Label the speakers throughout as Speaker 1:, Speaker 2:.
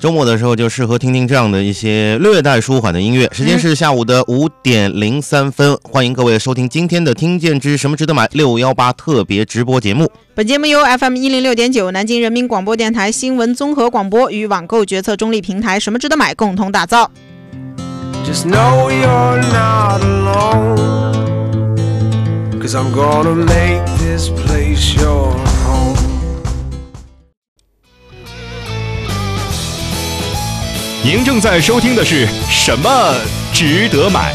Speaker 1: 周末的时候就适合听听这样的一些略带舒缓的音乐。时间是下午的五点零三分，欢迎各位收听今天的《听见之什么值得买》六幺八特别直播节目。
Speaker 2: 本节目由 FM 一零六点九南京人民广播电台新闻综合广播与网购决策中立平台“什么值得买”共同打造。
Speaker 3: Just know you're not alone. Cause I'm gonna make this place your home.
Speaker 4: 您正在收听的是什么值得买？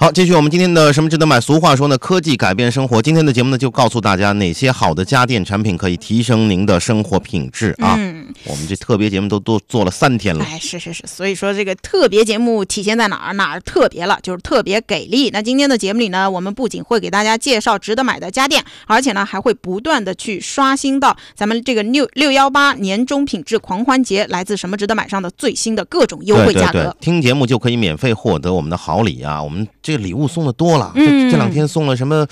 Speaker 1: 好，继续我们今天的什么值得买？俗话说呢，科技改变生活。今天的节目呢，就告诉大家哪些好的家电产品可以提升您的生活品质啊。
Speaker 2: 嗯，
Speaker 1: 我们这特别节目都都做了三天了。
Speaker 2: 哎，是是是，所以说这个特别节目体现在哪儿？哪儿特别了？就是特别给力。那今天的节目里呢，我们不仅会给大家介绍值得买的家电，而且呢，还会不断的去刷新到咱们这个六六幺八年终品质狂欢节来自什么值得买上的最新的各种优惠
Speaker 1: 对对
Speaker 2: 价格。
Speaker 1: 对，听节目就可以免费获得我们的好礼啊！我们这礼物送的多了，
Speaker 2: 嗯
Speaker 1: 这这两天送了什么，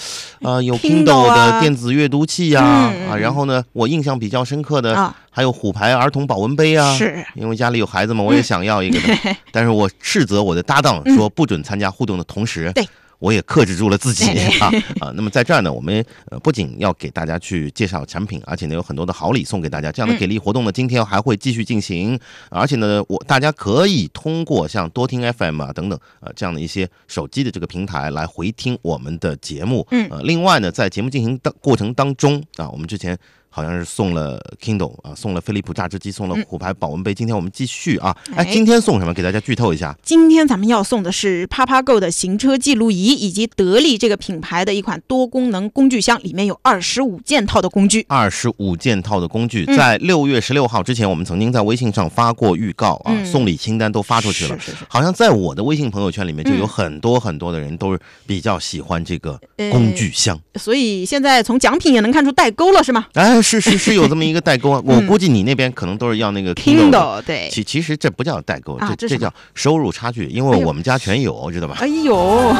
Speaker 1: 呃，有
Speaker 2: Kindle
Speaker 1: Kindle
Speaker 2: 啊
Speaker 1: 的电子阅读器呀、啊
Speaker 2: 嗯嗯嗯
Speaker 1: 然后呢，我印象比较深刻的、
Speaker 2: 啊
Speaker 1: 还有虎牌儿童保温杯啊，
Speaker 2: 是
Speaker 1: 因为家里有孩子嘛，我也想要一个的， 但是我斥责我的搭档
Speaker 2: 嗯
Speaker 1: 说不准参加互动的同时，
Speaker 2: 对
Speaker 1: 我也克制住了自己
Speaker 2: 哎
Speaker 1: 啊啊！那么在这儿呢，我们呃不仅要给大家去介绍产品，而且呢有很多的好礼送给大家。这样的给力活动呢，今天还会继续进行，啊而且呢，我大家可以通过像多听 FM 啊等等呃这样的一些手机的这个平台来回听我们的节目。
Speaker 2: 嗯
Speaker 1: 呃，另外呢，在节目进行的过程当中啊，我们之前。好像是送了 Kindle 啊，送了飞利浦榨汁机，送了
Speaker 2: 嗯
Speaker 1: 虎牌保温杯。今天我们继续啊，哎，
Speaker 2: 哎
Speaker 1: 今天送什么？给大家剧透一下。
Speaker 2: 今天咱们要送的是 PapaGo 的行车记录仪，以及得力这个品牌的一款多功能工具箱，里面有二十五件套的工具。
Speaker 1: 二十五件套的工具，
Speaker 2: 嗯
Speaker 1: 在六月十六号之前，我们曾经在微信上发过预告啊，
Speaker 2: 嗯
Speaker 1: 送礼清单都发出去了。
Speaker 2: 是是是
Speaker 1: 好像在我的微信朋友圈里面，就有
Speaker 2: 嗯
Speaker 1: 很多很多的人都是比较喜欢这个
Speaker 2: 呃
Speaker 1: 工具 箱。
Speaker 2: 所以现在从奖品也能看出代沟了，是吗
Speaker 1: 哎，是是是有这么一个代 沟啊！我估计你那边可能都是要那个 Kindle 的。
Speaker 2: 嗯？Kindle 对，
Speaker 1: 其其实这不叫代沟，
Speaker 2: 啊
Speaker 1: 这
Speaker 2: 这是
Speaker 1: 这
Speaker 2: 什么
Speaker 1: 叫收入差距，因
Speaker 2: 哎
Speaker 1: 为
Speaker 2: 呦
Speaker 1: 我们家全有，知道吧？
Speaker 2: 哎呦，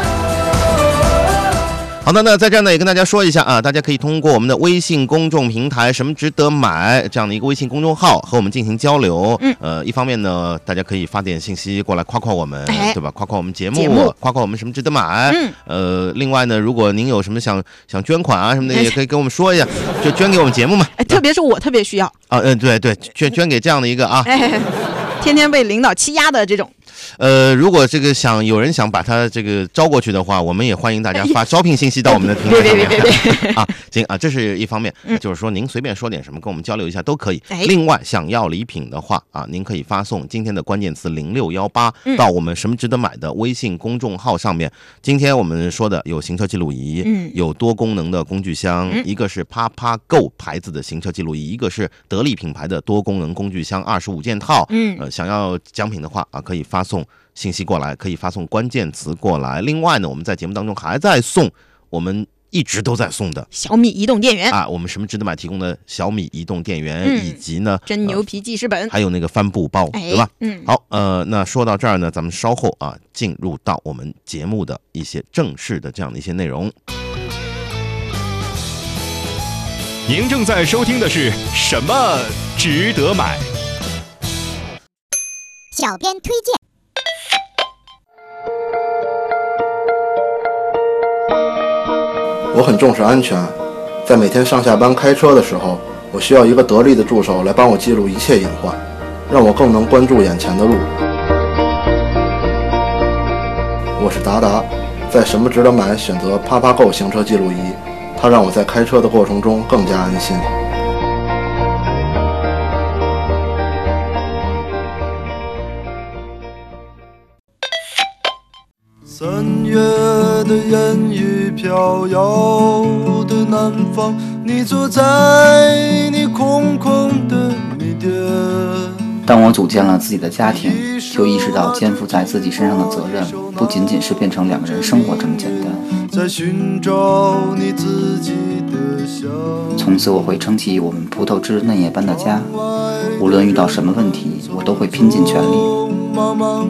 Speaker 1: 好的，那在这儿呢也跟大家说一下啊，大家可以通过我们的微信公众平台“什么值得买”这样的一个微信公众号和我们进行交流。
Speaker 2: 嗯，
Speaker 1: 呃，一方面呢，大家可以发点信息过来夸夸我们，
Speaker 2: 哎
Speaker 1: 对吧？夸夸我们节目，
Speaker 2: 节目
Speaker 1: 夸夸我们什么值得买。
Speaker 2: 嗯，
Speaker 1: 呃，另外呢，如果您有什么想想捐款啊什么的，
Speaker 2: 哎
Speaker 1: 也可以跟我们说一下，就捐给我们节目 嘛。
Speaker 2: 哎，特别是我特别需要，
Speaker 1: 啊，嗯、对对，捐捐给这样的一个啊，
Speaker 2: 哎，天天被领导欺压的这种，
Speaker 1: 呃，如果这个想有人想把他这个招过去的话，我们也欢迎大家发招聘信息到我们的平台
Speaker 2: 别
Speaker 1: 上
Speaker 2: 哎别
Speaker 1: 面。
Speaker 2: 别别别，
Speaker 1: 啊，行啊，这是一方面
Speaker 2: 嗯，
Speaker 1: 就是说您随便说点什么，跟我们交流一下都可以
Speaker 2: 哎。
Speaker 1: 另外，想要礼品的话啊，您可以发送今天的关键词零六幺八
Speaker 2: 嗯
Speaker 1: 到我们什么值得买的微信公众号上面。今天我们说的有行车记录仪，
Speaker 2: 嗯
Speaker 1: 有多功能的工具箱，
Speaker 2: 嗯
Speaker 1: 一个是 PapaGo 牌子的行车记录仪，一个是得力品牌的多功能工具箱，二十五件套。
Speaker 2: 嗯
Speaker 1: 呃，想要奖品的话啊，可以发送信息过来，可以发送关键词过来。另外呢，我们在节目当中还在送我们。一直都在送的
Speaker 2: 小米移动电源，
Speaker 1: 啊，我们什么值得买提供的小米移动电源，
Speaker 2: 哎嗯
Speaker 1: 以及呢，
Speaker 2: 真牛皮记事本，
Speaker 1: 还有那个帆布包，
Speaker 2: 哎
Speaker 1: 啊对吧？，
Speaker 2: 嗯，
Speaker 1: 好，呃，那说到这儿呢，咱们稍后啊，进入到我们节目的一些正式的这样的一些内容。
Speaker 4: 您正在收听的是什么值得买？
Speaker 5: 小编推荐。
Speaker 6: 我很重视安全，在每天上下班开车的时候，我需要一个得力的助手来帮我记录一切隐患，让我更能关注眼前的路。我是达达，在什么值得买选择 PapaGo 行车记录仪，它让我在开车的过程中更加安心。
Speaker 7: 三月的烟雨飘摇的南方，你坐在你空空的米店。
Speaker 8: 当我组建了自己的家庭，就意识到肩负在自己身上的责任，不仅仅是变成两个人生活这么简单。
Speaker 7: 在寻找你自己的香。
Speaker 8: 从此，我会撑起我们葡萄枝嫩叶般的家。无论遇到什么问题，我都会拼尽全力。
Speaker 7: 茫茫，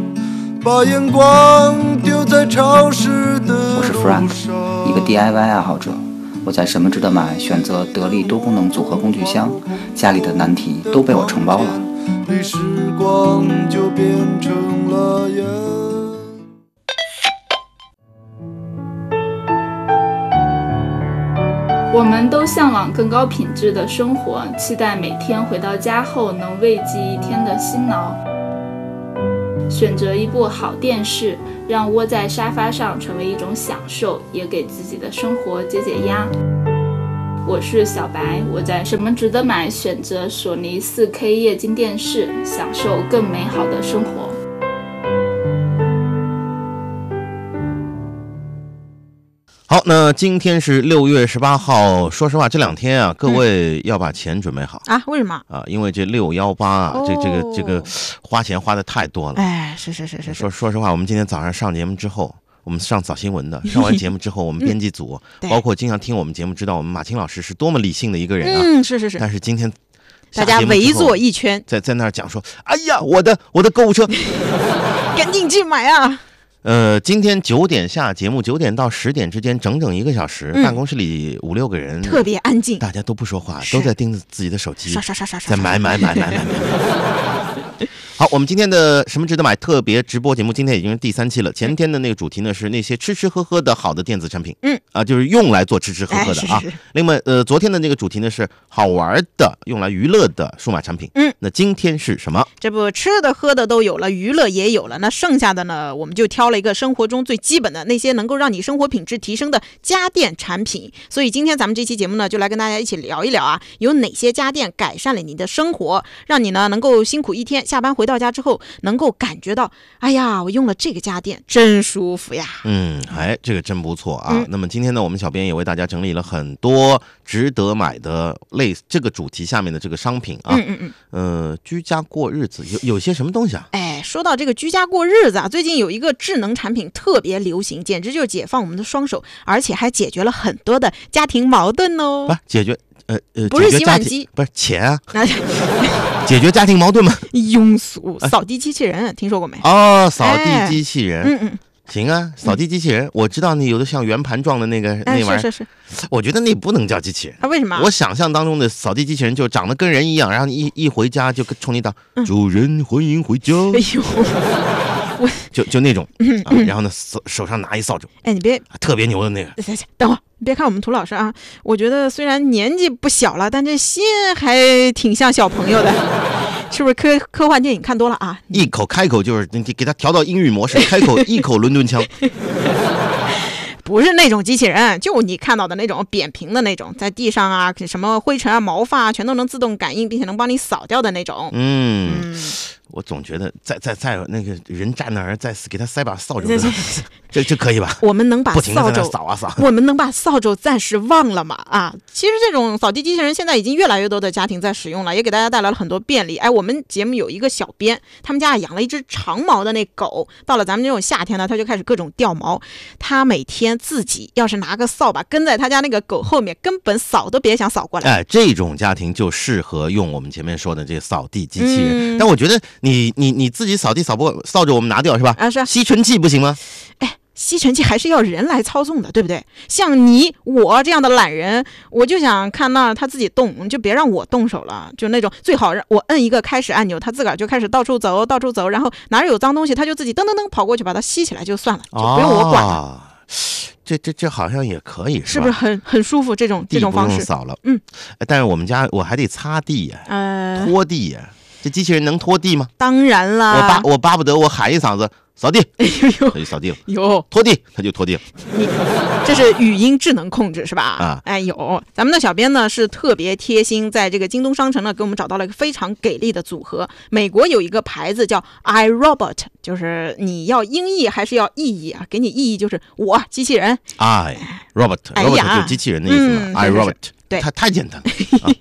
Speaker 7: 把眼光丢在潮湿的
Speaker 8: 我是
Speaker 7: 路
Speaker 8: Frank，
Speaker 7: 上
Speaker 8: 一个 DIY 爱好者，我在什么值得买选择得力多功能组合工具箱，家里的难题都被我承包了。
Speaker 7: 你时光就变成了烟。
Speaker 5: 我们都向往更高品质的生活，期待每天回到家后能慰藉一天的辛劳。选择一部好电视，让窝在沙发上成为一种享受，也给自己的生活解解压。我是小白，我在什么值得买选择索尼 4K 液晶电视，享受更美好的生活。
Speaker 1: 好，那今天是六月十八号。说实话，这两天啊，各位要把钱准备好、
Speaker 2: 嗯啊？为什么？
Speaker 1: 啊，因为这六幺八啊，这这个这个
Speaker 2: 哦
Speaker 1: 花钱花的太多了。
Speaker 2: 哎，是是是是是，
Speaker 1: 说说实话，我们今天早上上节目之后，我们上早新闻的，上完节目之后，我们编辑组、
Speaker 2: 嗯对
Speaker 1: 包括经常听我们节目知道我们马青老师是多么理性的一个人啊。
Speaker 2: 嗯，是是是，
Speaker 1: 但是今天下
Speaker 2: 大家
Speaker 1: 节目之
Speaker 2: 围
Speaker 1: 后
Speaker 2: 坐一圈，
Speaker 1: 在在那儿讲说，哎呀，我的我的购物车，
Speaker 2: 赶紧去买啊！
Speaker 1: 呃，今天九点下节目，九点到十点之间，整整一个小时，
Speaker 2: 嗯
Speaker 1: 办公室里五六个人，
Speaker 2: 特别安静，
Speaker 1: 嗯大家都不说话，
Speaker 2: 是
Speaker 1: 都在盯着自己的手机
Speaker 2: 刷，刷刷刷刷，
Speaker 1: 在买买买买买买。好，我们今天的什么值得买特别直播节目，今天已经是第三期了。前天的那个主题呢是那些吃吃喝喝的好的电子产品，
Speaker 2: 嗯
Speaker 1: 啊，就是用来做吃吃喝
Speaker 2: 哎
Speaker 1: 喝
Speaker 2: 是
Speaker 1: 的
Speaker 2: 是
Speaker 1: 啊。
Speaker 2: 是
Speaker 1: 另外，呃，昨天的那个主题呢是好玩的用来娱乐的数码产品，
Speaker 2: 嗯，
Speaker 1: 那今天是什么？
Speaker 2: 这不吃的喝的都有了，娱乐也有了，那剩下的呢，我们就挑了一个生活中最基本的那些能够让你生活品质提升的家电产品。所以今天咱们这期节目呢，就来跟大家一起聊一聊啊，有哪些家电改善了你的生活，让你呢能够辛苦一天，下班回到家之后能够感觉到，哎呀，我用了这个家电真舒服呀。
Speaker 1: 嗯，哎，这个真不错啊。
Speaker 2: 嗯
Speaker 1: 那么今天呢，我们小编也为大家整理了很多值得买的类似这个主题下面的这个商品啊。
Speaker 2: 嗯嗯嗯。
Speaker 1: 呃，居家过日子有有些什么东西啊？
Speaker 2: 哎，说到这个居家过日子啊，最近有一个智能产品特别流行，简直就是解放我们的双手，而且还解决了很多的家庭矛盾哦
Speaker 1: 不。是解决呃呃，
Speaker 2: 不是
Speaker 1: 解决
Speaker 2: 洗
Speaker 1: 家
Speaker 2: 碗
Speaker 1: 庭
Speaker 2: 机，
Speaker 1: 不是钱啊，
Speaker 2: 那
Speaker 1: 解决家庭矛盾吗？
Speaker 2: 庸俗
Speaker 1: 啊
Speaker 2: 扫地机器人，啊听说过没？
Speaker 1: 哦，扫
Speaker 2: 哎
Speaker 1: 地机器人，
Speaker 2: 嗯嗯，
Speaker 1: 行啊，扫地机器人，我知道你有的像圆盘状的那个
Speaker 2: 哎
Speaker 1: 那玩
Speaker 2: 是
Speaker 1: 意
Speaker 2: 是
Speaker 1: 儿，
Speaker 2: 是，
Speaker 1: 我觉得那不能叫机器人。
Speaker 2: 啊为什么？
Speaker 1: 我想象当中的扫地机器人就长得跟人一样，然后你一一回家就跟冲你打“主人欢迎回家
Speaker 2: 嗯哎嗯呦，”，
Speaker 1: 就就那种，啊然后呢手手上拿一扫帚，
Speaker 2: 哎你别
Speaker 1: 啊特别牛的那个，
Speaker 2: 等会儿，你别看我们涂老师啊，我觉得虽然年纪不小了，但这心还挺像小朋友的， 是不是科科幻电影看多了啊？
Speaker 1: 一口开口就是你给它调到英语模式，开口一口伦敦腔，
Speaker 2: 不是那种机器人，就你看到的那种扁平的那种，在地上啊，什么灰尘啊、毛发啊，全都能自动感应，并且能帮你扫掉的那种。
Speaker 1: 嗯。
Speaker 2: 嗯，
Speaker 1: 我总觉得再再再有那个人站那儿，再给他塞把扫帚
Speaker 2: 这这，
Speaker 1: 这这可以吧？
Speaker 2: 我们能把
Speaker 1: 不停的
Speaker 2: 扫
Speaker 1: 在那
Speaker 2: 帚
Speaker 1: 儿扫 啊扫。
Speaker 2: 我们能把扫帚暂时忘了吗？啊，其实这种扫地机器人现在已经越来越多的家庭在使用了，也给大家带来了很多便利。哎，我们节目有一个小编，他们家养了一只长毛的那狗，到了咱们这种夏天呢，它就开始各种掉毛。他每天自己要是拿个扫把跟在他家那个狗后面，根本扫都别想扫过来。
Speaker 1: 哎，这种家庭就适合用我们前面说的这个扫地机器人。
Speaker 2: 嗯
Speaker 1: 但我觉得你你你自己扫地扫不过扫帚，我们拿掉是吧？
Speaker 2: 啊是啊
Speaker 1: 吸尘器不行吗？
Speaker 2: 吸尘器还是要人来操纵的，对不对？像你我这样的懒人，我就想看那它自己动，你就别让我动手了。就那种最好让我摁一个开始按钮，它自个儿就开始到处走，到处走，然后哪儿有脏东西，它就自己噔噔噔跑过去把它吸起来就算了，就不用我管了，
Speaker 1: 啊、这这这好像也可以，
Speaker 2: 是
Speaker 1: 吧？
Speaker 2: 不是很很舒服？这种这
Speaker 1: 地
Speaker 2: 种
Speaker 1: 不
Speaker 2: 方
Speaker 1: 用
Speaker 2: 式，
Speaker 1: 扫了，
Speaker 2: 嗯
Speaker 1: 哎。但是我们家我还得擦地呀、
Speaker 2: 呃，
Speaker 1: 拖地呀、这机器人能拖地吗？
Speaker 2: 当然
Speaker 1: 我巴
Speaker 2: 啦，
Speaker 1: 我巴不得我喊一嗓子扫地，
Speaker 2: 啊哎呦
Speaker 1: 它就扫地了；
Speaker 2: 呦呦，
Speaker 1: 拖地，它就拖地了。
Speaker 2: 这是语音智能控制是吧？
Speaker 1: 啊
Speaker 2: 哎有，咱们的小编呢是特别贴心，在这个京东商城呢给我们找到了一个非常给力的组合。美国有一个牌子叫 iRobot，就是你要音译还是要意译啊？给你意译就是我机器人，
Speaker 1: I Robot
Speaker 2: 哎
Speaker 1: Robot
Speaker 2: 呀
Speaker 1: 就是机器人的意思嘛
Speaker 2: 嗯
Speaker 1: ，I
Speaker 2: 是是是
Speaker 1: Robot
Speaker 2: 对
Speaker 1: 太太简单了。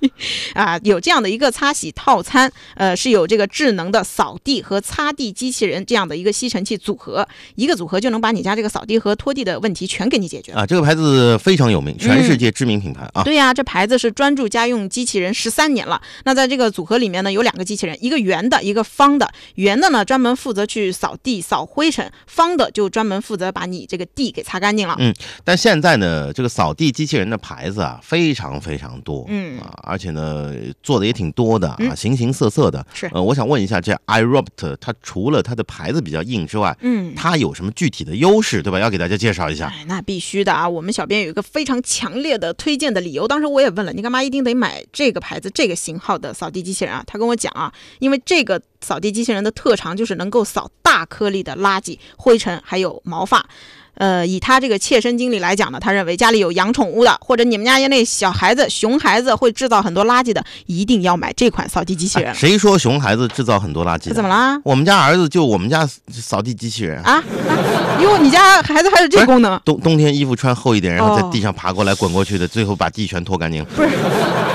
Speaker 2: 啊，有这样的一个擦洗套餐，呃，是有这个智能的扫地和擦地机器人这样的一个吸尘器组合，一个组合就能把你家这个扫地和拖地的问题全给你解决了。
Speaker 1: 啊，这个牌子非常有名，全世界知名品牌啊。
Speaker 2: 对呀、这牌子是专注家用机器人十三年了。那在这个组合里面呢，有两个机器人，一个圆的，一个方的。圆的呢，专门负责去扫地、扫灰尘；方的就专门负责把你这个地给擦干净了。
Speaker 1: 但现在呢，这个扫地机器人的牌子啊，非常非常多，
Speaker 2: 嗯
Speaker 1: 啊，而且呢，做的也挺多的啊，
Speaker 2: 嗯
Speaker 1: 形形色色的。
Speaker 2: 是
Speaker 1: 呃，我想问一下，这 iRobot 它除了它的牌子比较硬之外，
Speaker 2: 嗯，
Speaker 1: 它有什么具体的优势，对吧？要给大家介绍一下。
Speaker 2: 哎，那必须的啊！我们小编有一个非常强烈的推荐的理由，当时我也问了，你干嘛一定得买这个牌子、这个型号的扫地机器人啊？他跟我讲啊，因为这个扫地机器人的特长就是能够扫大颗粒的垃圾、灰尘还有毛发。呃，以他这个切身经历来讲呢，他认为家里有养宠物的，或者你们家那小孩子、熊孩子会制造很多垃圾的，一定要买这款扫地机器人。
Speaker 1: 哎谁说熊孩子制造很多垃圾？
Speaker 2: 怎么？啦？
Speaker 1: 我们家儿子就我们家扫地机器人，
Speaker 2: 啊？啊哟，你家孩子还有这功能？
Speaker 1: 冬冬天衣服穿厚一点，然后在
Speaker 2: 哦
Speaker 1: 地上爬过来滚过去的，最后把地全拖干净。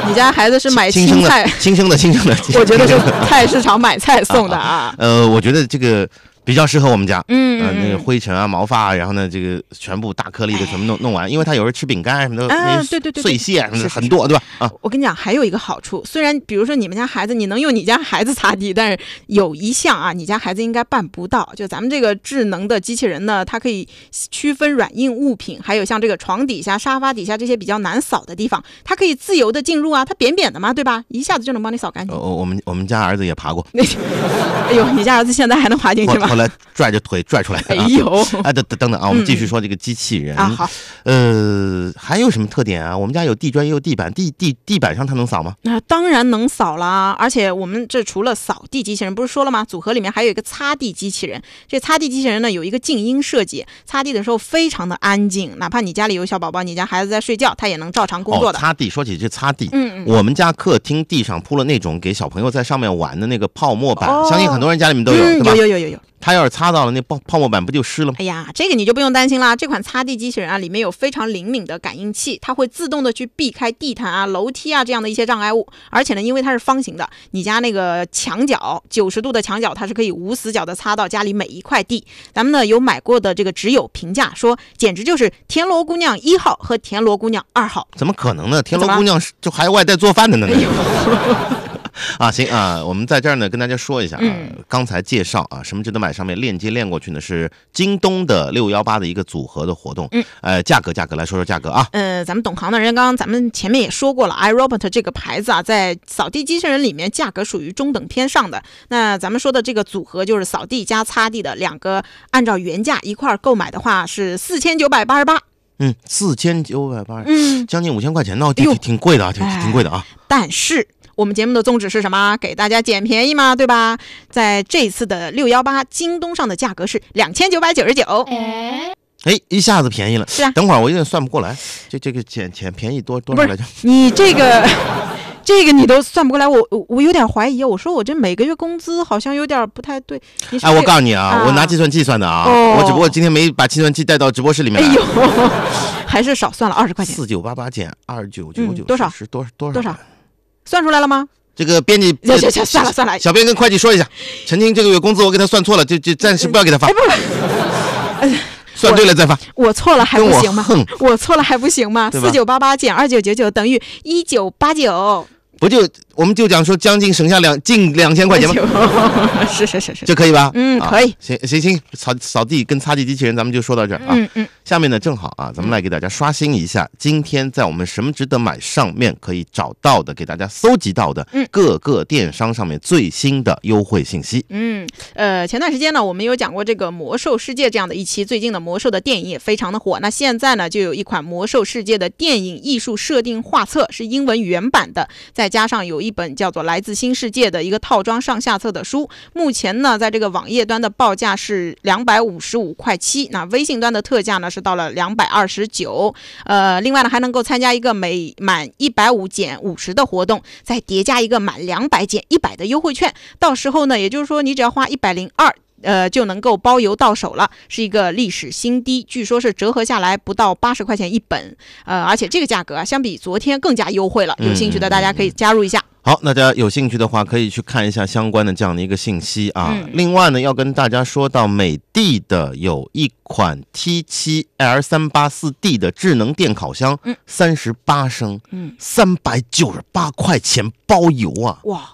Speaker 2: 你家孩子是买
Speaker 1: 亲
Speaker 2: 青
Speaker 1: 生
Speaker 2: 菜
Speaker 1: 的？，亲生的，亲 生的。
Speaker 2: 我觉得是
Speaker 1: 亲生的
Speaker 2: 菜市场买菜送 的啊。
Speaker 1: 呃，我觉得这个比较适合我们家。
Speaker 2: 嗯
Speaker 1: 呃，那
Speaker 2: 嗯
Speaker 1: 个
Speaker 2: 嗯
Speaker 1: 灰尘啊、毛发啊，然后呢，这个全部大颗粒的全部弄弄完，因为他有时候吃饼干什么的，
Speaker 2: 啊
Speaker 1: 那
Speaker 2: 对对对对
Speaker 1: 碎屑什么
Speaker 2: 是
Speaker 1: 的
Speaker 2: 是
Speaker 1: 很多，对吧？啊，
Speaker 2: 我跟你讲，还有一个好处，虽然比如说你们家孩子，你能用你家孩子擦地，但是有一项啊，你家孩子应该办不到。就咱们这个智能的机器人呢，它可以区分软硬物品，还有像这个床底下、沙发底下这些比较难扫的地方，它可以自由的进入啊，它扁扁的嘛，对吧？一下子就能帮你扫干净
Speaker 1: 呃，。 我我们我们家儿子也爬过，
Speaker 2: 哎呦，你家儿子现在还能滑进去
Speaker 1: 后
Speaker 2: 吗
Speaker 1: 后？来拽着腿拽出来的
Speaker 2: 哎
Speaker 1: 啊。
Speaker 2: 呦，
Speaker 1: 啊，等等等等啊，我们继续
Speaker 2: 嗯
Speaker 1: 说这个机器人
Speaker 2: 啊好，
Speaker 1: 呃，还有什么特点啊？我们家有地砖，也有地板，地地地板上它能扫吗？
Speaker 2: 那、当然能扫啦，而且我们这除了扫地机器人，不是说了吗？组合里面还有一个擦地机器人。这擦地机器人呢，有一个静音设计，擦地的时候非常的安静，哪怕你家里有小宝宝，你家孩子在睡觉，他也能照常工作
Speaker 1: 哦，
Speaker 2: 的。
Speaker 1: 擦地，说起这擦地，
Speaker 2: 嗯嗯，
Speaker 1: 我们家客厅地上铺了那种给小朋友在上面玩的那个泡沫板，
Speaker 2: 哦
Speaker 1: 相信很多人家里面都有，
Speaker 2: 嗯
Speaker 1: 对吧
Speaker 2: 有？有有有有。
Speaker 1: 他要是擦到了那泡泡沫板，不就湿了吗？
Speaker 2: 哎呀，这个你就不用担心啦。这款擦地机器人啊，里面有非常灵敏的感应器，它会自动的去避开地毯啊、楼梯啊这样的一些障碍物。而且呢，因为它是方形的，你家那个墙角九十度的墙角，它是可以无死角的擦到家里每一块地。咱们呢有买过的这个只有评价说，简直就是田螺姑娘一号和田螺姑娘二号。
Speaker 1: 怎么可能呢？天
Speaker 2: 怎
Speaker 1: 龙
Speaker 2: 么了哎
Speaker 1: 姑娘是就还外带做饭的呢。那个 啊，行啊，我们在这儿呢跟大家说一下啊，
Speaker 2: 嗯
Speaker 1: 刚才介绍啊，什么值得买上面链接链过去呢是京东的六幺八的一个组合的活动，
Speaker 2: 嗯，
Speaker 1: 呃，价格价格来说说价格啊，
Speaker 2: 呃，咱们懂行的人，刚刚咱们前面也说过了，iRobot 这个牌子啊，在扫地机器人里面价格属于中等偏上的。那咱们说的这个组合就是扫地加擦地的两个，按照原价一块儿购买的话是四千九百八十八。
Speaker 1: 嗯，四千九百八十，
Speaker 2: 嗯，
Speaker 1: 将近五千块钱呢，
Speaker 2: 哎呦
Speaker 1: 挺挺贵的啊，挺
Speaker 2: 哎
Speaker 1: 挺贵的啊，
Speaker 2: 但是我们节目的宗旨是什么？给大家捡便宜嘛，对吧？在这次的六幺八，京东上的价格是两千九百九十九。
Speaker 5: 哎，
Speaker 1: 哎，一下子便宜了，
Speaker 2: 是啊
Speaker 1: 等会儿我有点算不过来，这这个捡捡便宜多多
Speaker 2: 不
Speaker 1: 少
Speaker 2: 是
Speaker 1: 来着？
Speaker 2: 你这个。 这个你都算不过来，我我我有点怀疑，我说我这每个月工资好像有点不太对。你是
Speaker 1: 哎，
Speaker 2: 不
Speaker 1: 我
Speaker 2: 是
Speaker 1: 告诉你啊
Speaker 2: 啊，
Speaker 1: 我拿计算器算的啊，
Speaker 2: 哦
Speaker 1: 我只不过今天没把计算器带到直播室里面
Speaker 2: 哎
Speaker 1: 来。
Speaker 2: 呦， 还是少算了二十块钱，
Speaker 1: 四九八八减二九九九
Speaker 2: 嗯多少
Speaker 1: 是多多少
Speaker 2: 多少？算出来了吗？
Speaker 1: 这个编辑，
Speaker 2: 行行行，算了算了，
Speaker 1: 小编跟会计说一下，陈青这个月工资我给他算错了，就就暂时不要给他发
Speaker 2: 哎，不不， 哎
Speaker 1: 算对了再发。
Speaker 2: 我错了还
Speaker 1: 跟
Speaker 2: 不
Speaker 1: 我
Speaker 2: 行吗？
Speaker 1: 横
Speaker 2: 我错了还不行吗？
Speaker 1: 对吧
Speaker 2: 四九八八减二九九九等于一九八九，
Speaker 1: 不就我们就讲说将近省下两近两千块钱吗？
Speaker 2: 是是是是，
Speaker 1: 这可以吧？
Speaker 2: 哎嗯
Speaker 1: 啊
Speaker 2: 可以。
Speaker 1: 行行行，扫扫地跟擦地机器人咱们就说到这儿啊。
Speaker 2: 嗯嗯，
Speaker 1: 下面呢，正好啊，咱们来给大家刷新一下，今天在我们什么值得买上面可以找到的，给大家搜集到的
Speaker 2: 嗯
Speaker 1: 各个电商上面最新的优惠信息。
Speaker 2: 嗯，呃，前段时间呢，我们有讲过这个《魔兽世界》这样的一期，最近的《魔兽》的电影也非常的火。那现在呢，就有一款《魔兽世界》的电影艺术设定画册，是英文原版的，再加上有一本叫做《来自新世界》的一个套装上下册的书。目前呢，在这个网页端的报价是两百五十五块七，那微信端的特价呢是到了两百二十九。呃，另外呢，还能够参加一个每满一百五减五十的活动，再叠加一个满两百减一百的优惠券。到时候呢，也就是说你只要花一百零二。呃就能够包邮到手了，是一个历史新低，据说是折合下来不到八十块钱一本，呃，而且这个价格啊，相比昨天更加优惠了。有兴趣的大家可以加入一下。
Speaker 1: 好，大家有兴趣的话，可以去看一下相关的这样的一个信息啊。
Speaker 2: 嗯
Speaker 1: 另外呢，要跟大家说到美的的有一款 T 7 L 3 8 4 D 的智能电烤箱
Speaker 2: 嗯，
Speaker 1: 三十八升，
Speaker 2: 嗯，
Speaker 1: 三百九十八块钱包邮啊！
Speaker 2: 哇，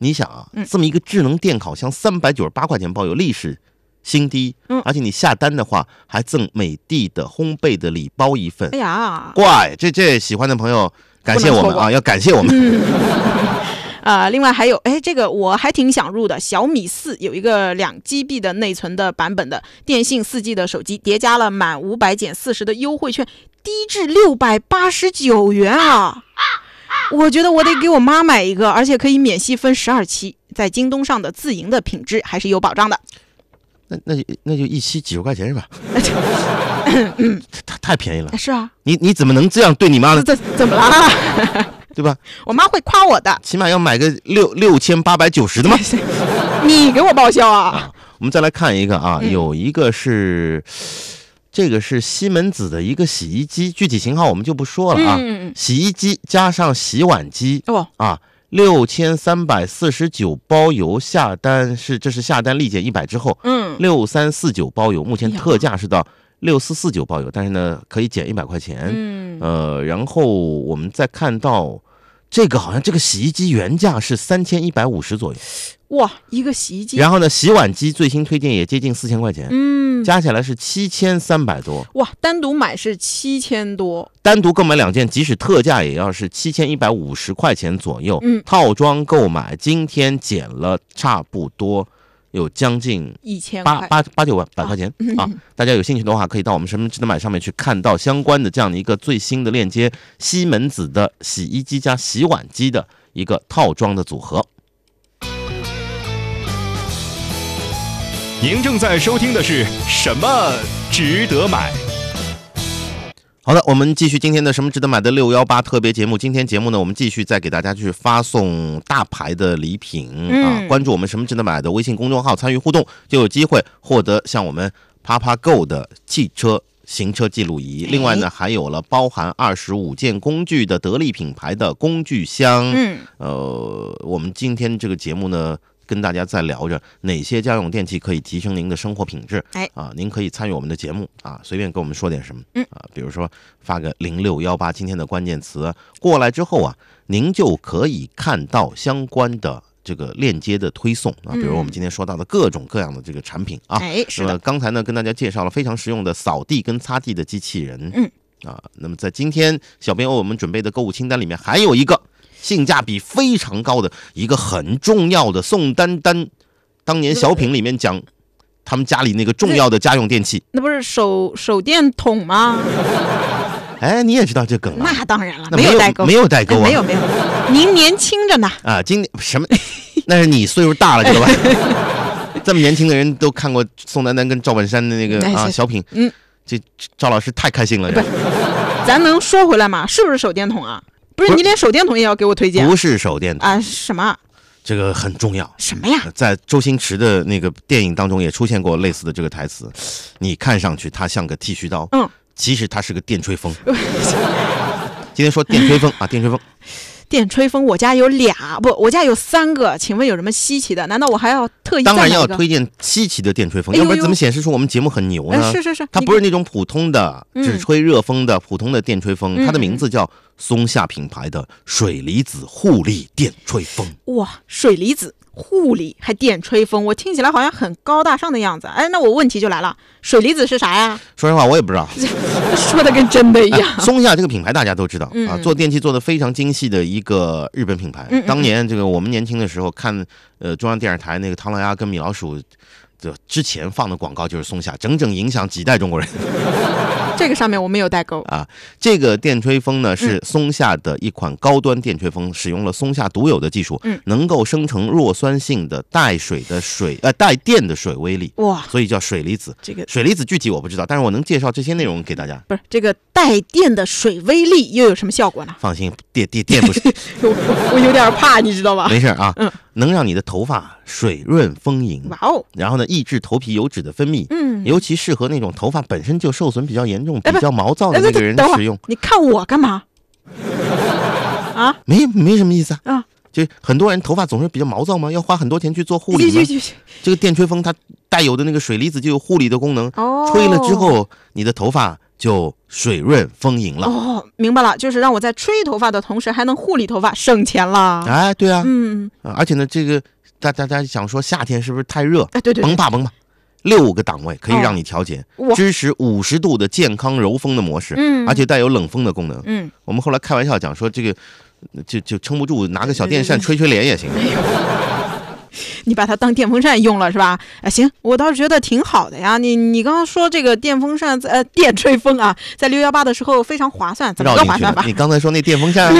Speaker 1: 你想啊
Speaker 2: 嗯，
Speaker 1: 这么一个智能电烤箱，三百九十八块钱包邮，历史新低。
Speaker 2: 嗯
Speaker 1: 而且你下单的话，还赠美的的烘焙的礼包一份
Speaker 2: 哎。呀，
Speaker 1: 怪，这这喜欢的朋友，感谢
Speaker 2: 不能
Speaker 1: 我
Speaker 2: 错
Speaker 1: 们啊，
Speaker 2: 过嗯
Speaker 1: 要感谢我们。
Speaker 2: 啊，另外还有，哎，这个我还挺想入的，小米四有一个两 GB 的内存的版本的电信四 G 的手机，叠加了满五百减四十的优惠券，低至六百八十九元啊！我觉得我得给我妈买一个，而且可以免息分十二期，在京东上的自营的品质还是有保障的。
Speaker 1: 那那就那就一期几十块钱是 吧？嗯太太便宜了，
Speaker 2: 是啊，
Speaker 1: 你你怎么能这样对你妈呢？
Speaker 2: 这怎么啦？
Speaker 1: 对吧？
Speaker 2: 我妈会夸我的，
Speaker 1: 起码要买个六六千八百九十的嘛。
Speaker 2: 你给我报销啊！
Speaker 1: 我们再来看一个啊，
Speaker 2: 嗯
Speaker 1: 有一个是这个是西门子的一个洗衣机，具体型号我们就不说了啊。
Speaker 2: 嗯，
Speaker 1: 洗衣机加上洗碗机
Speaker 2: 哦，
Speaker 1: 啊，六千三百四十九包邮，下单是这是下单立减一百之后，
Speaker 2: 嗯，
Speaker 1: 六三四九包邮，目前
Speaker 2: 哎呀
Speaker 1: 特价是到六四四九包邮，但是呢可以减一百块钱。
Speaker 2: 嗯，
Speaker 1: 呃，然后我们再看到这个好像这个洗衣机原价是三千一百五十左右，
Speaker 2: 哇，一个洗衣机，
Speaker 1: 然后呢洗碗机最新推荐也接近四千块钱，
Speaker 2: 嗯，
Speaker 1: 加起来是七千三百多。
Speaker 2: 哇，单独买是七千多，
Speaker 1: 单独购买两件，即使特价也要是七千一百五十块钱左右。
Speaker 2: 嗯
Speaker 1: 套装购买今天减了差不多有将近
Speaker 2: 一千
Speaker 1: 八
Speaker 2: 块。
Speaker 1: 八八九万百块 钱啊大家有兴趣的话，可以到我们什么值得买上面去看到相关的这样的一个最新的链接，西门子的洗衣机加洗碗机的一个套装的组合。
Speaker 4: 您正在收听的是什么值得买？
Speaker 1: 好的，我们继续今天的什么值得买的六幺八特别节目。今天节目呢，我们继续再给大家去发送大牌的礼品、啊！
Speaker 2: 嗯
Speaker 1: 关注我们什么值得买的微信公众号，参与互动就有机会获得像我们啪啪 Go 的汽车。行车记录仪，另外呢，还有了包含二十五件工具的得力品牌的工具箱。
Speaker 2: 嗯，
Speaker 1: 呃，我们今天这个节目呢，跟大家在聊着哪些家用电器可以提升您的生活品质。
Speaker 2: 哎
Speaker 1: 啊，您可以参与我们的节目啊，随便跟我们说点什么。
Speaker 2: 嗯
Speaker 1: 啊，比如说发个零六幺八今天的关键词过来之后啊，您就可以看到相关的这个链接的推送啊，
Speaker 2: 嗯
Speaker 1: 比如我们今天说到的各种各样的这个产品啊。
Speaker 2: 哎，是
Speaker 1: 那
Speaker 2: 的
Speaker 1: 么，刚才呢，跟大家介绍了非常实用的扫地跟擦地的机器人。
Speaker 2: 嗯。
Speaker 1: 啊，那么在今天小编为我们准备的购物清单里面，还有一个性价比非常高的一个很重要的宋丹丹，当年小品里面讲他们家里那个重要的家用电器。
Speaker 2: 那不是手手电筒吗？
Speaker 1: 哎，你也知道这梗啊？
Speaker 2: 那当然了，
Speaker 1: 嗯那
Speaker 2: 有
Speaker 1: 有
Speaker 2: 代沟，
Speaker 1: 没有代沟
Speaker 2: 哎
Speaker 1: 啊？
Speaker 2: 没有没有，您年轻着呢。
Speaker 1: 啊，今年什么？那是你岁数大了，知道吧？ 这么年轻的人都看过宋丹丹跟赵本山的那 个
Speaker 2: 哎
Speaker 1: 啊
Speaker 2: 是
Speaker 1: 小品，
Speaker 2: 嗯，
Speaker 1: 这赵老师太开心了，这
Speaker 2: 咱能说回来吗？是不是手电筒啊？不是，
Speaker 1: 不是
Speaker 2: 你连手电筒也要给我推荐
Speaker 1: 不是手电筒，
Speaker 2: 啊？什么
Speaker 1: 这个很重要。
Speaker 2: 什么呀？
Speaker 1: 在周星驰的那个电影当中也出现过类似的这个台词，你看上去它像个剃须刀，
Speaker 2: 嗯，
Speaker 1: 其实它是个电吹 风。今天说电吹风啊，电吹风，
Speaker 2: 电吹风，我家有俩，不，我家有三个。请问有什么稀奇的？难道我还要特意哎再
Speaker 1: 当然
Speaker 2: 买一
Speaker 1: 要
Speaker 2: 个
Speaker 1: 推荐稀奇的电吹风，
Speaker 2: 哎呦
Speaker 1: 要
Speaker 2: 呦
Speaker 1: 不然怎么显示出我们节目很牛
Speaker 2: 哎，
Speaker 1: 呢
Speaker 2: 是？是是，
Speaker 1: 它
Speaker 2: 你
Speaker 1: 不是那种普通的
Speaker 2: 嗯
Speaker 1: 只吹热风的普通的电吹风，
Speaker 2: 嗯
Speaker 1: 它的名字叫松下品牌的水离子护力电吹风。
Speaker 2: 哇，水离子护理还电吹风，我听起来好像很高大上的样子。哎，那我问题就来了，水离子是啥呀？
Speaker 1: 说实话，我也不知道。
Speaker 2: 说的跟真的一样。
Speaker 1: 哎松下这个品牌大家都知道、
Speaker 2: 嗯
Speaker 1: 啊，做电器做的非常精细的一个日本品牌。
Speaker 2: 嗯嗯
Speaker 1: 当年这个我们年轻的时候看，呃，中央电视台那个《唐老鸭》跟米老鼠。这之前放的广告就是松下，整整影响几代中国人。
Speaker 2: 这个上面我没有代沟。
Speaker 1: 啊这个电吹风
Speaker 2: 嗯
Speaker 1: 呢是松下的一款高端电吹风，使用了松下独有的技术，
Speaker 2: 嗯
Speaker 1: 能够生成弱酸性的带水的水呃带电的水微粒，
Speaker 2: 哇，
Speaker 1: 所以叫水离子。
Speaker 2: 这个
Speaker 1: 水离子具体我不知道，但是我能介绍这些内容给大家。
Speaker 2: 不是这个带电的水微粒又有什么效果呢？
Speaker 1: 放心，电电电不是
Speaker 2: 我我我有点怕，你知道吧？
Speaker 1: 没事儿啊。
Speaker 2: 嗯
Speaker 1: 能让你的头发水润丰盈，
Speaker 2: 哇哦，
Speaker 1: 然后呢，抑制头皮油脂的分泌，
Speaker 2: 嗯，
Speaker 1: 尤其适合那种头发本身就受损比较严重、
Speaker 2: 哎不
Speaker 1: 比较毛躁的
Speaker 2: 哎
Speaker 1: 那
Speaker 2: 等
Speaker 1: 个人
Speaker 2: 等会
Speaker 1: 使用
Speaker 2: 儿，，你看我干嘛？啊，
Speaker 1: 没没什么意思啊。
Speaker 2: 啊，
Speaker 1: 就很多人头发总是比较毛躁嘛，要花很多钱去做护
Speaker 2: 去
Speaker 1: 理嘛
Speaker 2: 去。去去，
Speaker 1: 这个电吹风它带有的那个水离子就有护理的功能，
Speaker 2: 哦，
Speaker 1: 吹了之后，你的头发就水润丰盈了。
Speaker 2: 哦，明白了，就是让我在吹头发的同时还能护理头发，省钱了。
Speaker 1: 哎，对啊，
Speaker 2: 嗯，
Speaker 1: 啊而且呢，这个大大家想说夏天是不是太热？
Speaker 2: 哎，对对
Speaker 1: 甭
Speaker 2: 对，
Speaker 1: 怕甭怕，六个档位可以
Speaker 2: 哦
Speaker 1: 让你调节，
Speaker 2: 哇
Speaker 1: 支持五十度的健康柔风的模式，
Speaker 2: 嗯
Speaker 1: 而且带有冷风的功能。
Speaker 2: 嗯，
Speaker 1: 我们后来开玩笑讲说，这个就就撑不住，拿个小电扇
Speaker 2: 对对
Speaker 1: 吹
Speaker 2: 对
Speaker 1: 吹脸也 行。
Speaker 2: 你把它当电风扇用了是吧？哎，行，我倒是觉得挺好的呀。你你刚刚说这个电风扇在呃电吹风啊，在六幺八的时候非常划算，怎么
Speaker 1: 绕
Speaker 2: 个
Speaker 1: 进
Speaker 2: 划
Speaker 1: 去
Speaker 2: 算
Speaker 1: 了
Speaker 2: 吧，？
Speaker 1: 你刚才说那电风扇。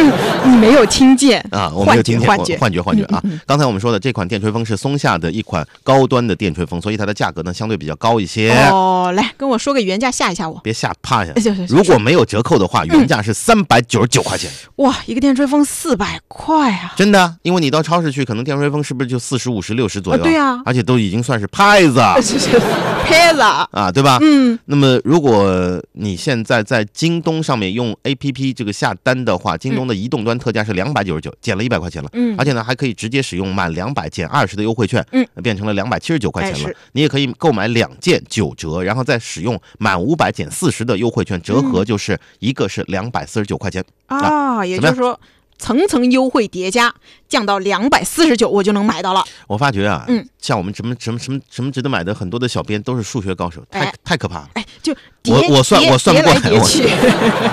Speaker 2: 你没有听见
Speaker 1: 哎啊，我们
Speaker 2: 幻
Speaker 1: 就
Speaker 2: 觉
Speaker 1: 今天
Speaker 2: 幻觉嗯
Speaker 1: 幻觉幻觉啊！刚才我们说的这款电吹风是松下的一款高端的电吹风，所以它的价格呢相对比较高一些。
Speaker 2: 哦，来跟我说个原价吓一吓我。
Speaker 1: 别吓怕呀
Speaker 2: 哎！行行行
Speaker 1: 如果没有折扣的话，原价是三百九十九块钱，
Speaker 2: 哇，一个电吹风四百块啊！
Speaker 1: 真的啊，因为你到超市去，可能电吹风是不是就四十五十六十左右？
Speaker 2: 啊对啊
Speaker 1: 而且都已经算是牌子啊
Speaker 2: 是是拍了，
Speaker 1: 啊，对吧？
Speaker 2: 嗯，
Speaker 1: 那么，如果你现在在京东上面用 APP 这个下单的话，京东的移动端特价是两百九十九，减了一百块钱了。
Speaker 2: 嗯
Speaker 1: 而且呢，还可以直接使用满两百减二十的优惠券，
Speaker 2: 嗯，
Speaker 1: 变成了两百七十九块
Speaker 2: 哎
Speaker 1: 钱了
Speaker 2: 是。
Speaker 1: 你也可以购买两件九折，然后再使用满五百减四十的优惠券，折
Speaker 2: 嗯
Speaker 1: 合就是一个是两百四十九块钱。
Speaker 2: 啊，也
Speaker 1: 怎
Speaker 2: 就
Speaker 1: 么
Speaker 2: 是说层层优惠叠加，降到两百四十九，我就能买到了。
Speaker 1: 我发觉啊，
Speaker 2: 嗯，
Speaker 1: 像我们什么什么什么什么值得买的很多的小编都是数学高手，太
Speaker 2: 哎
Speaker 1: 太可怕了。
Speaker 2: 哎，就叠
Speaker 1: 我我算
Speaker 2: 叠
Speaker 1: 我算不
Speaker 2: 叠
Speaker 1: 过
Speaker 2: 来
Speaker 1: 来
Speaker 2: 叠
Speaker 1: 我
Speaker 2: 去，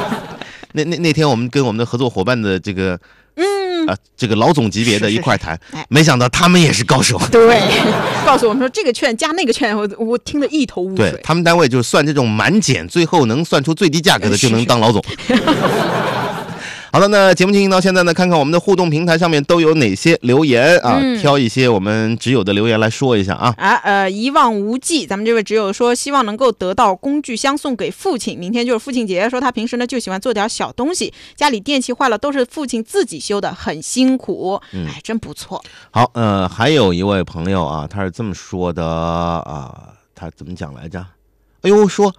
Speaker 1: 那那那天我们跟我们的合作伙伴的这个，嗯啊，这个老总级别的
Speaker 2: 是
Speaker 1: 一
Speaker 2: 是
Speaker 1: 块儿谈
Speaker 2: 哎，
Speaker 1: 没想到他们也是高手。啊
Speaker 2: 对， 告诉我们说这个券加那个券，我我听得一头雾
Speaker 1: 对
Speaker 2: 水。
Speaker 1: 他们单位就算这种满减，最后能算出最低价格的
Speaker 2: 哎是
Speaker 1: 就能当老总。 好的，那节目进行到现在呢，看看我们的互动平台上面都有哪些留言啊，
Speaker 2: 嗯
Speaker 1: 挑一些我们只有的留言来说一下啊。
Speaker 2: 啊，呃，一望无际。咱们这位只有说，希望能够得到工具箱送给父亲。明天就是父亲节，说他平时呢就喜欢做点小东西，家里电器坏了都是父亲自己修的，很辛苦。
Speaker 1: 嗯
Speaker 2: 哎，真不错。
Speaker 1: 好，呃，还有一位朋友啊，他是这么说的啊，他怎么讲来着？哎呦，说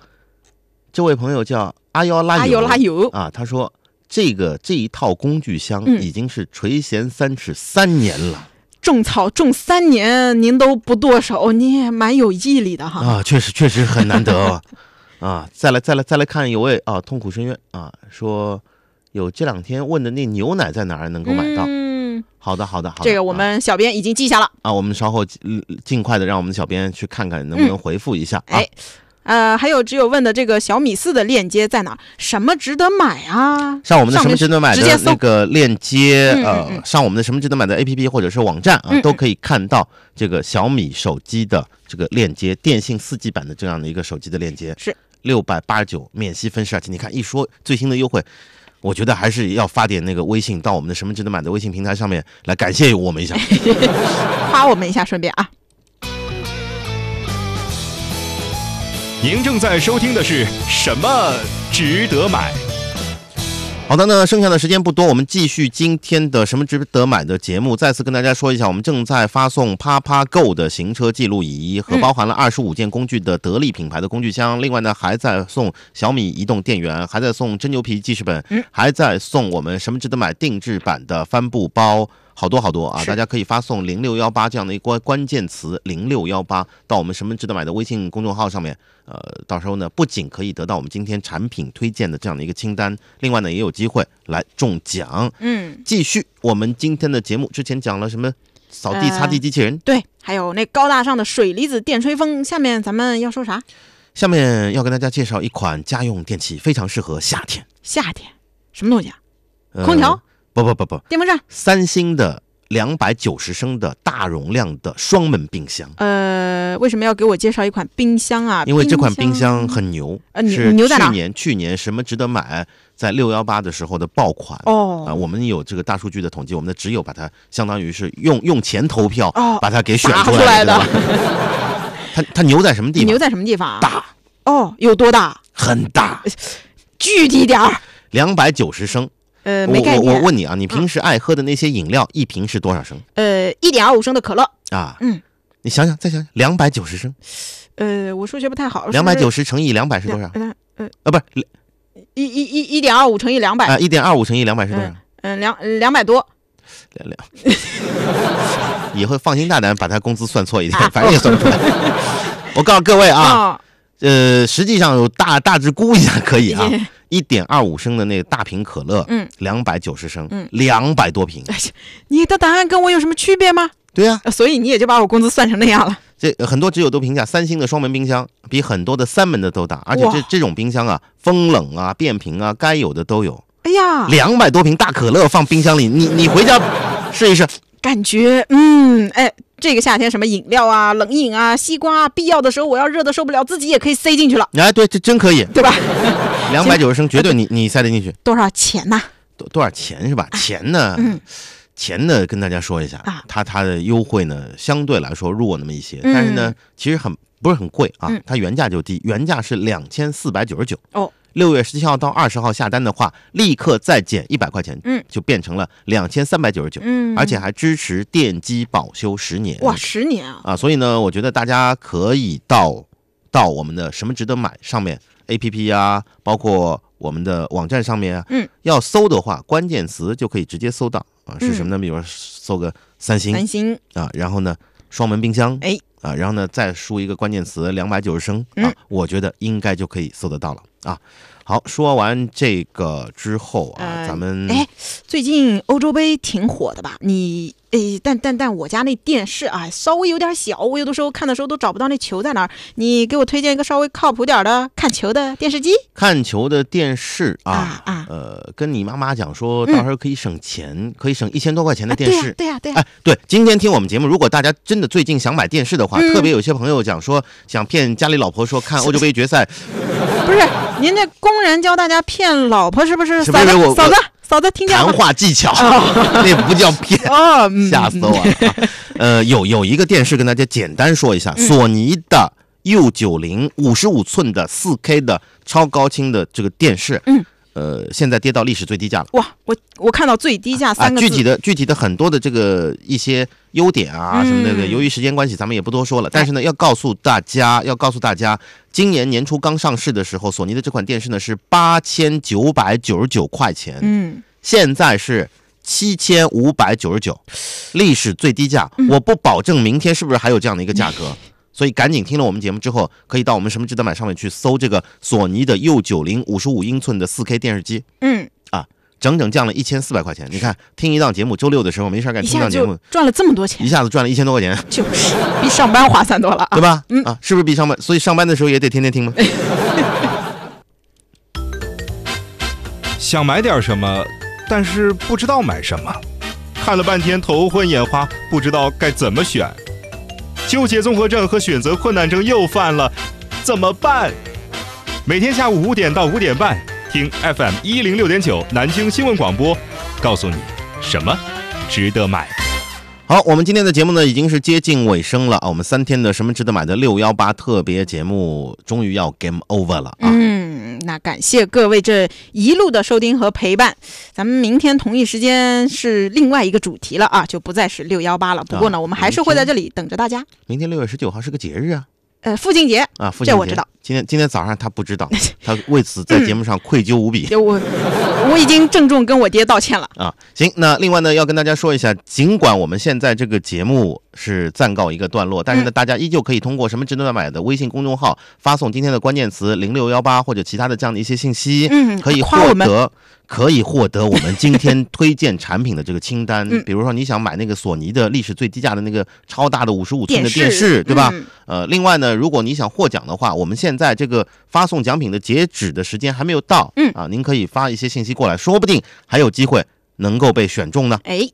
Speaker 1: 这位朋友叫阿幺拉
Speaker 2: 拉
Speaker 1: 友
Speaker 2: 油拉油，
Speaker 1: 啊，他说这个这一套工具箱
Speaker 2: 嗯
Speaker 1: 已经是垂涎三尺三年了、
Speaker 2: 种草种三年，您都不剁手，您也蛮有毅力的哈。
Speaker 1: 啊，确实确实很难得啊 啊！再来再来再来看有位啊痛苦深渊啊说。有这两天问的那牛奶在哪儿能够买到？
Speaker 2: 嗯，
Speaker 1: 好的，好的，好的。
Speaker 2: 这个我
Speaker 1: 啊
Speaker 2: 们小编已经记下了。
Speaker 1: 啊我们稍后尽尽快的让我们的小编去看看能不能
Speaker 2: 嗯
Speaker 1: 回复一下、啊。
Speaker 2: 哎呃，还有只有问的这个小米四的链接在哪儿？什么值得买啊？
Speaker 1: 上我们的什么
Speaker 2: 面
Speaker 1: 值得买
Speaker 2: 直接
Speaker 1: 的
Speaker 2: 搜
Speaker 1: 那个链接，
Speaker 2: 嗯嗯
Speaker 1: 呃，上我们的什么值得买的 APP 或者是网站啊，
Speaker 2: 嗯嗯
Speaker 1: 都可以看到这个小米手机的这个链接，电信四 G 版的这样的一个手机的链接
Speaker 2: 是
Speaker 1: 六百八十九免息分时，而且你看一说最新的优惠。我觉得还是要发点那个微信到我们的什么值得买的微信平台上面来感谢我们一下。
Speaker 2: 夸我们一下，顺便啊。
Speaker 4: 您正在收听的是什么值得买？
Speaker 1: 好的，那剩下的时间不多，我们继续今天的什么值得买的节目。再次跟大家说一下，我们正在发送啪啪购的行车记录仪和
Speaker 2: 嗯
Speaker 1: 包含了二十五件工具的得力品牌的工具箱。另外呢，还在送小米移动电源，还在送真牛皮记事本，
Speaker 2: 嗯
Speaker 1: 还在送我们什么值得买定制版的帆布包。好多好多啊！
Speaker 2: 是
Speaker 1: 大家可以发送零六幺八这样的一关关键词零六幺八到我们什么值得买的微信公众号上面，呃，到时候呢，不仅可以得到我们今天产品推荐的这样的一个清单，另外呢，也有机会来中奖。
Speaker 2: 嗯，
Speaker 1: 继续我们今天的节目，之前讲了什么扫地擦地机器人，
Speaker 2: 对，还有那高大上的水离子电吹风。下面咱们要说啥？
Speaker 1: 下面要跟大家介绍一款家用电器，非常适合夏天。
Speaker 2: 夏天什么东西啊？
Speaker 1: 呃
Speaker 2: 空调？
Speaker 1: 不不不不，
Speaker 2: 电风扇？
Speaker 1: 三星的两百九十升的大容量的双门冰箱。
Speaker 2: 呃，为什么要给我介绍一款冰箱啊？
Speaker 1: 因为这款冰箱很牛，
Speaker 2: 呃牛
Speaker 1: 是
Speaker 2: 牛在哪
Speaker 1: 去年去年什么值得买，在六幺八的时候的爆款啊、
Speaker 2: 哦，
Speaker 1: 我们有这个大数据的统计，我们的只有把它相当于是用用钱投票、
Speaker 2: 哦
Speaker 1: 把它给选
Speaker 2: 打
Speaker 1: 出
Speaker 2: 出来
Speaker 1: 的。
Speaker 2: 的
Speaker 1: 对吧 它它牛在什么地方？
Speaker 2: 牛在什么地方啊？
Speaker 1: 大，
Speaker 2: 哦，有多大？
Speaker 1: 很 大，
Speaker 2: 具体点儿。
Speaker 1: 两百九十升。
Speaker 2: 呃，
Speaker 1: 我
Speaker 2: 没概
Speaker 1: 我
Speaker 2: 念。嗯
Speaker 1: 我问你啊，你平时爱喝的那些饮料，一瓶是多少升？
Speaker 2: 呃，呃，一点二五升的可乐。
Speaker 1: 啊，
Speaker 2: 嗯，
Speaker 1: 你想想，再想想，两百九十升，
Speaker 2: 呃，我数学不太好，
Speaker 1: 两百九十
Speaker 2: 十
Speaker 1: 乘以两百是多少？
Speaker 2: 呃
Speaker 1: 啊，不是
Speaker 2: 一一一一点二五乘以两百、
Speaker 1: 啊，一点二五乘以两百是多少
Speaker 2: 哎嗯？嗯，两两百多。
Speaker 1: 两两， 以后放心大胆把他工资算错一点
Speaker 2: 啊，
Speaker 1: 反正也算不 出来。我告诉各位啊，
Speaker 2: 哦，，
Speaker 1: 呃，实际上有大大致估一下可以啊 一点二五升的那个大瓶可乐，
Speaker 2: 嗯，
Speaker 1: 两百九十升
Speaker 2: 嗯，
Speaker 1: 两百多瓶，
Speaker 2: 你的答案跟我有什么区别吗？
Speaker 1: 对啊，
Speaker 2: 呃所以你也就把我工资算成那样了。
Speaker 1: 这呃很多挚友都评价三星的双门冰箱比很多的三门的都大，而且这
Speaker 2: 哇
Speaker 1: 这种冰箱啊，风冷啊、变频啊，该有的都有。
Speaker 2: 哎呀，
Speaker 1: 两百多瓶大可乐放冰箱里，你你回家试一试，
Speaker 2: 感觉，嗯，哎，这个夏天什么饮料啊、冷饮啊、西瓜啊，必要的时候我要热的受不了，自己也可以塞进去了，
Speaker 1: 哎，对，这真可以，
Speaker 2: 对吧？
Speaker 1: 两百九十升绝对
Speaker 2: 呃
Speaker 1: 你你塞得进去。
Speaker 2: 多少钱呐？
Speaker 1: 多多少钱是吧？钱呢？
Speaker 2: 嗯
Speaker 1: 钱呢？跟大家说一下
Speaker 2: 啊
Speaker 1: 它它的优惠呢，相对来说弱那么一些，但是呢
Speaker 2: 嗯，
Speaker 1: 其实很不是很贵啊
Speaker 2: 嗯，
Speaker 1: 它原价就低，原价是两千四百九十九
Speaker 2: 哦。
Speaker 1: 六月十七号到二十号下单的话，立刻再减一百块钱，
Speaker 2: 嗯，
Speaker 1: 就变成了两千三百九十九，
Speaker 2: 嗯，
Speaker 1: 而且还支持电机保修十年，
Speaker 2: 哇，十年啊，
Speaker 1: 啊，所以呢，我觉得大家可以到到我们的什么值得买上面 A P P 啊，包括我们的网站上面啊，
Speaker 2: 嗯，
Speaker 1: 要搜的话，关键词就可以直接搜到啊，是什么呢？比如说搜个三星
Speaker 2: 嗯三星，
Speaker 1: 啊，然后呢，双门冰箱，
Speaker 2: 哎。
Speaker 1: 啊，然后呢，再输一个关键词两百九十升啊
Speaker 2: 嗯，
Speaker 1: 我觉得应该就可以搜得到了啊。好，说完这个之后啊，
Speaker 2: 呃
Speaker 1: 咱们
Speaker 2: 哎最近欧洲杯挺火的吧？你诶，但但但我家那电视啊，稍微有点小，我有的时候看的时候都找不到那球在哪儿。你给我推荐一个稍微靠谱点儿的看球的电视机
Speaker 1: 看球的电视啊
Speaker 2: 啊，啊！
Speaker 1: 呃，跟你妈妈讲说，
Speaker 2: 嗯
Speaker 1: 到时候可以省钱，可以省一千多块钱的
Speaker 2: 啊
Speaker 1: 电视。
Speaker 2: 对呀、对呀、对呀、
Speaker 1: 哎，对，今天听我们节目，如果大家真的最近想买电视的话，
Speaker 2: 嗯
Speaker 1: 特别有些朋友讲说想骗家里老婆说 看欧洲杯决赛，
Speaker 2: 啊不是您这公然教大家骗老婆是不是？
Speaker 1: 是不
Speaker 2: 嫂
Speaker 1: 是
Speaker 2: 子
Speaker 1: 我我
Speaker 2: 嫂子嫂子听见
Speaker 1: 谈
Speaker 2: 了吗？
Speaker 1: 话技巧， 那不叫骗，
Speaker 2: 哦， 嗯
Speaker 1: 吓死我了啊、呃，有有一个电视跟大家简单说一下，
Speaker 2: 嗯
Speaker 1: 索尼的 U 九零五十五寸的四 K 的超高清的这个电视，
Speaker 2: 嗯，
Speaker 1: 呃，现在跌到历史最低价了。
Speaker 2: 哇！我我看到最低价
Speaker 1: 啊，
Speaker 2: 三个字，
Speaker 1: 具体的具体的很多的这个一些优点啊什么的，
Speaker 2: 嗯
Speaker 1: 由于时间关系，咱们也不多说了。但是呢，要告诉大家，要告诉大家，今年年初刚上市的时候，索尼的这款电视呢是八千九百九十九块钱，
Speaker 2: 嗯，
Speaker 1: 现在是。七千五百九十九，历史最低价。
Speaker 2: 嗯
Speaker 1: 我不保证明天是不是还有这样的一个价 格，所以赶紧听了我们节目之后，可以到我们什么值得买上面去搜这个索尼的 U 九零五十五英寸的四 K 电视机。
Speaker 2: 嗯，
Speaker 1: 整整降了一千四百块钱。你看，听一档节目，周六的时候没事儿干
Speaker 2: 一
Speaker 1: 听一
Speaker 2: 下
Speaker 1: 档节
Speaker 2: 就
Speaker 1: 目，
Speaker 2: 赚了这么多
Speaker 1: 一
Speaker 2: 钱，
Speaker 1: 下子赚了一千多块钱，
Speaker 2: 就是比上班划算多了啊
Speaker 1: 对！吧？
Speaker 2: 嗯哎
Speaker 1: 啊，是不是比上班？所以上班的时候也得天天听吗？
Speaker 4: 想买点什么，但是不知道买什么，看了半天头昏眼花，不知道该怎么选，纠结综合症和选择困难症又犯了，怎么办？每天下午五点到五点半，听 FM 一零六点九南京新闻广播，告诉你什么值得买。
Speaker 1: 好，我们今天的节目呢已经是接近尾声了啊，我们三天的什么值得买的六幺八特别节目终于要 game over 了啊。
Speaker 2: 嗯，那感谢各位这一路的收听和陪伴。咱们明天同一时间是另外一个主题了啊，就不再是六幺八了。不过呢，
Speaker 1: 啊
Speaker 2: 我们还是会在这里等着大家。
Speaker 1: 明天六月十九号是个节日啊
Speaker 2: 呃，父亲节，
Speaker 1: 啊，父亲节。
Speaker 2: 这我知道。
Speaker 1: 今天今天早上他不知 道，他为此在节目上愧疚无比。
Speaker 2: 就我我已经郑重跟我爹道歉了。
Speaker 1: 啊，行，那另外呢，要跟大家说一下，尽管我们现在这个节目是暂告一个段落，
Speaker 2: 嗯
Speaker 1: 但是呢，大家依旧可以通过什么值得买的微信公众号发送今天的关键词零六幺八或者其他的这样的一些信息，
Speaker 2: 嗯
Speaker 1: 可以
Speaker 2: 夸我
Speaker 1: 获
Speaker 2: 们
Speaker 1: 得。可以获得我们今天推荐产品的这个清单，
Speaker 2: 嗯
Speaker 1: 比如说你想买那个索尼的历史最低价的那个超大的五十五寸的电视，对吧？
Speaker 2: 嗯
Speaker 1: 呃，另外呢，如果你想获奖的话，我们现在这个发送奖品的截止的时间还没有到，
Speaker 2: 嗯
Speaker 1: 啊，您可以发一些信息过来，说不定还有机会能够被选中呢。
Speaker 2: 哎，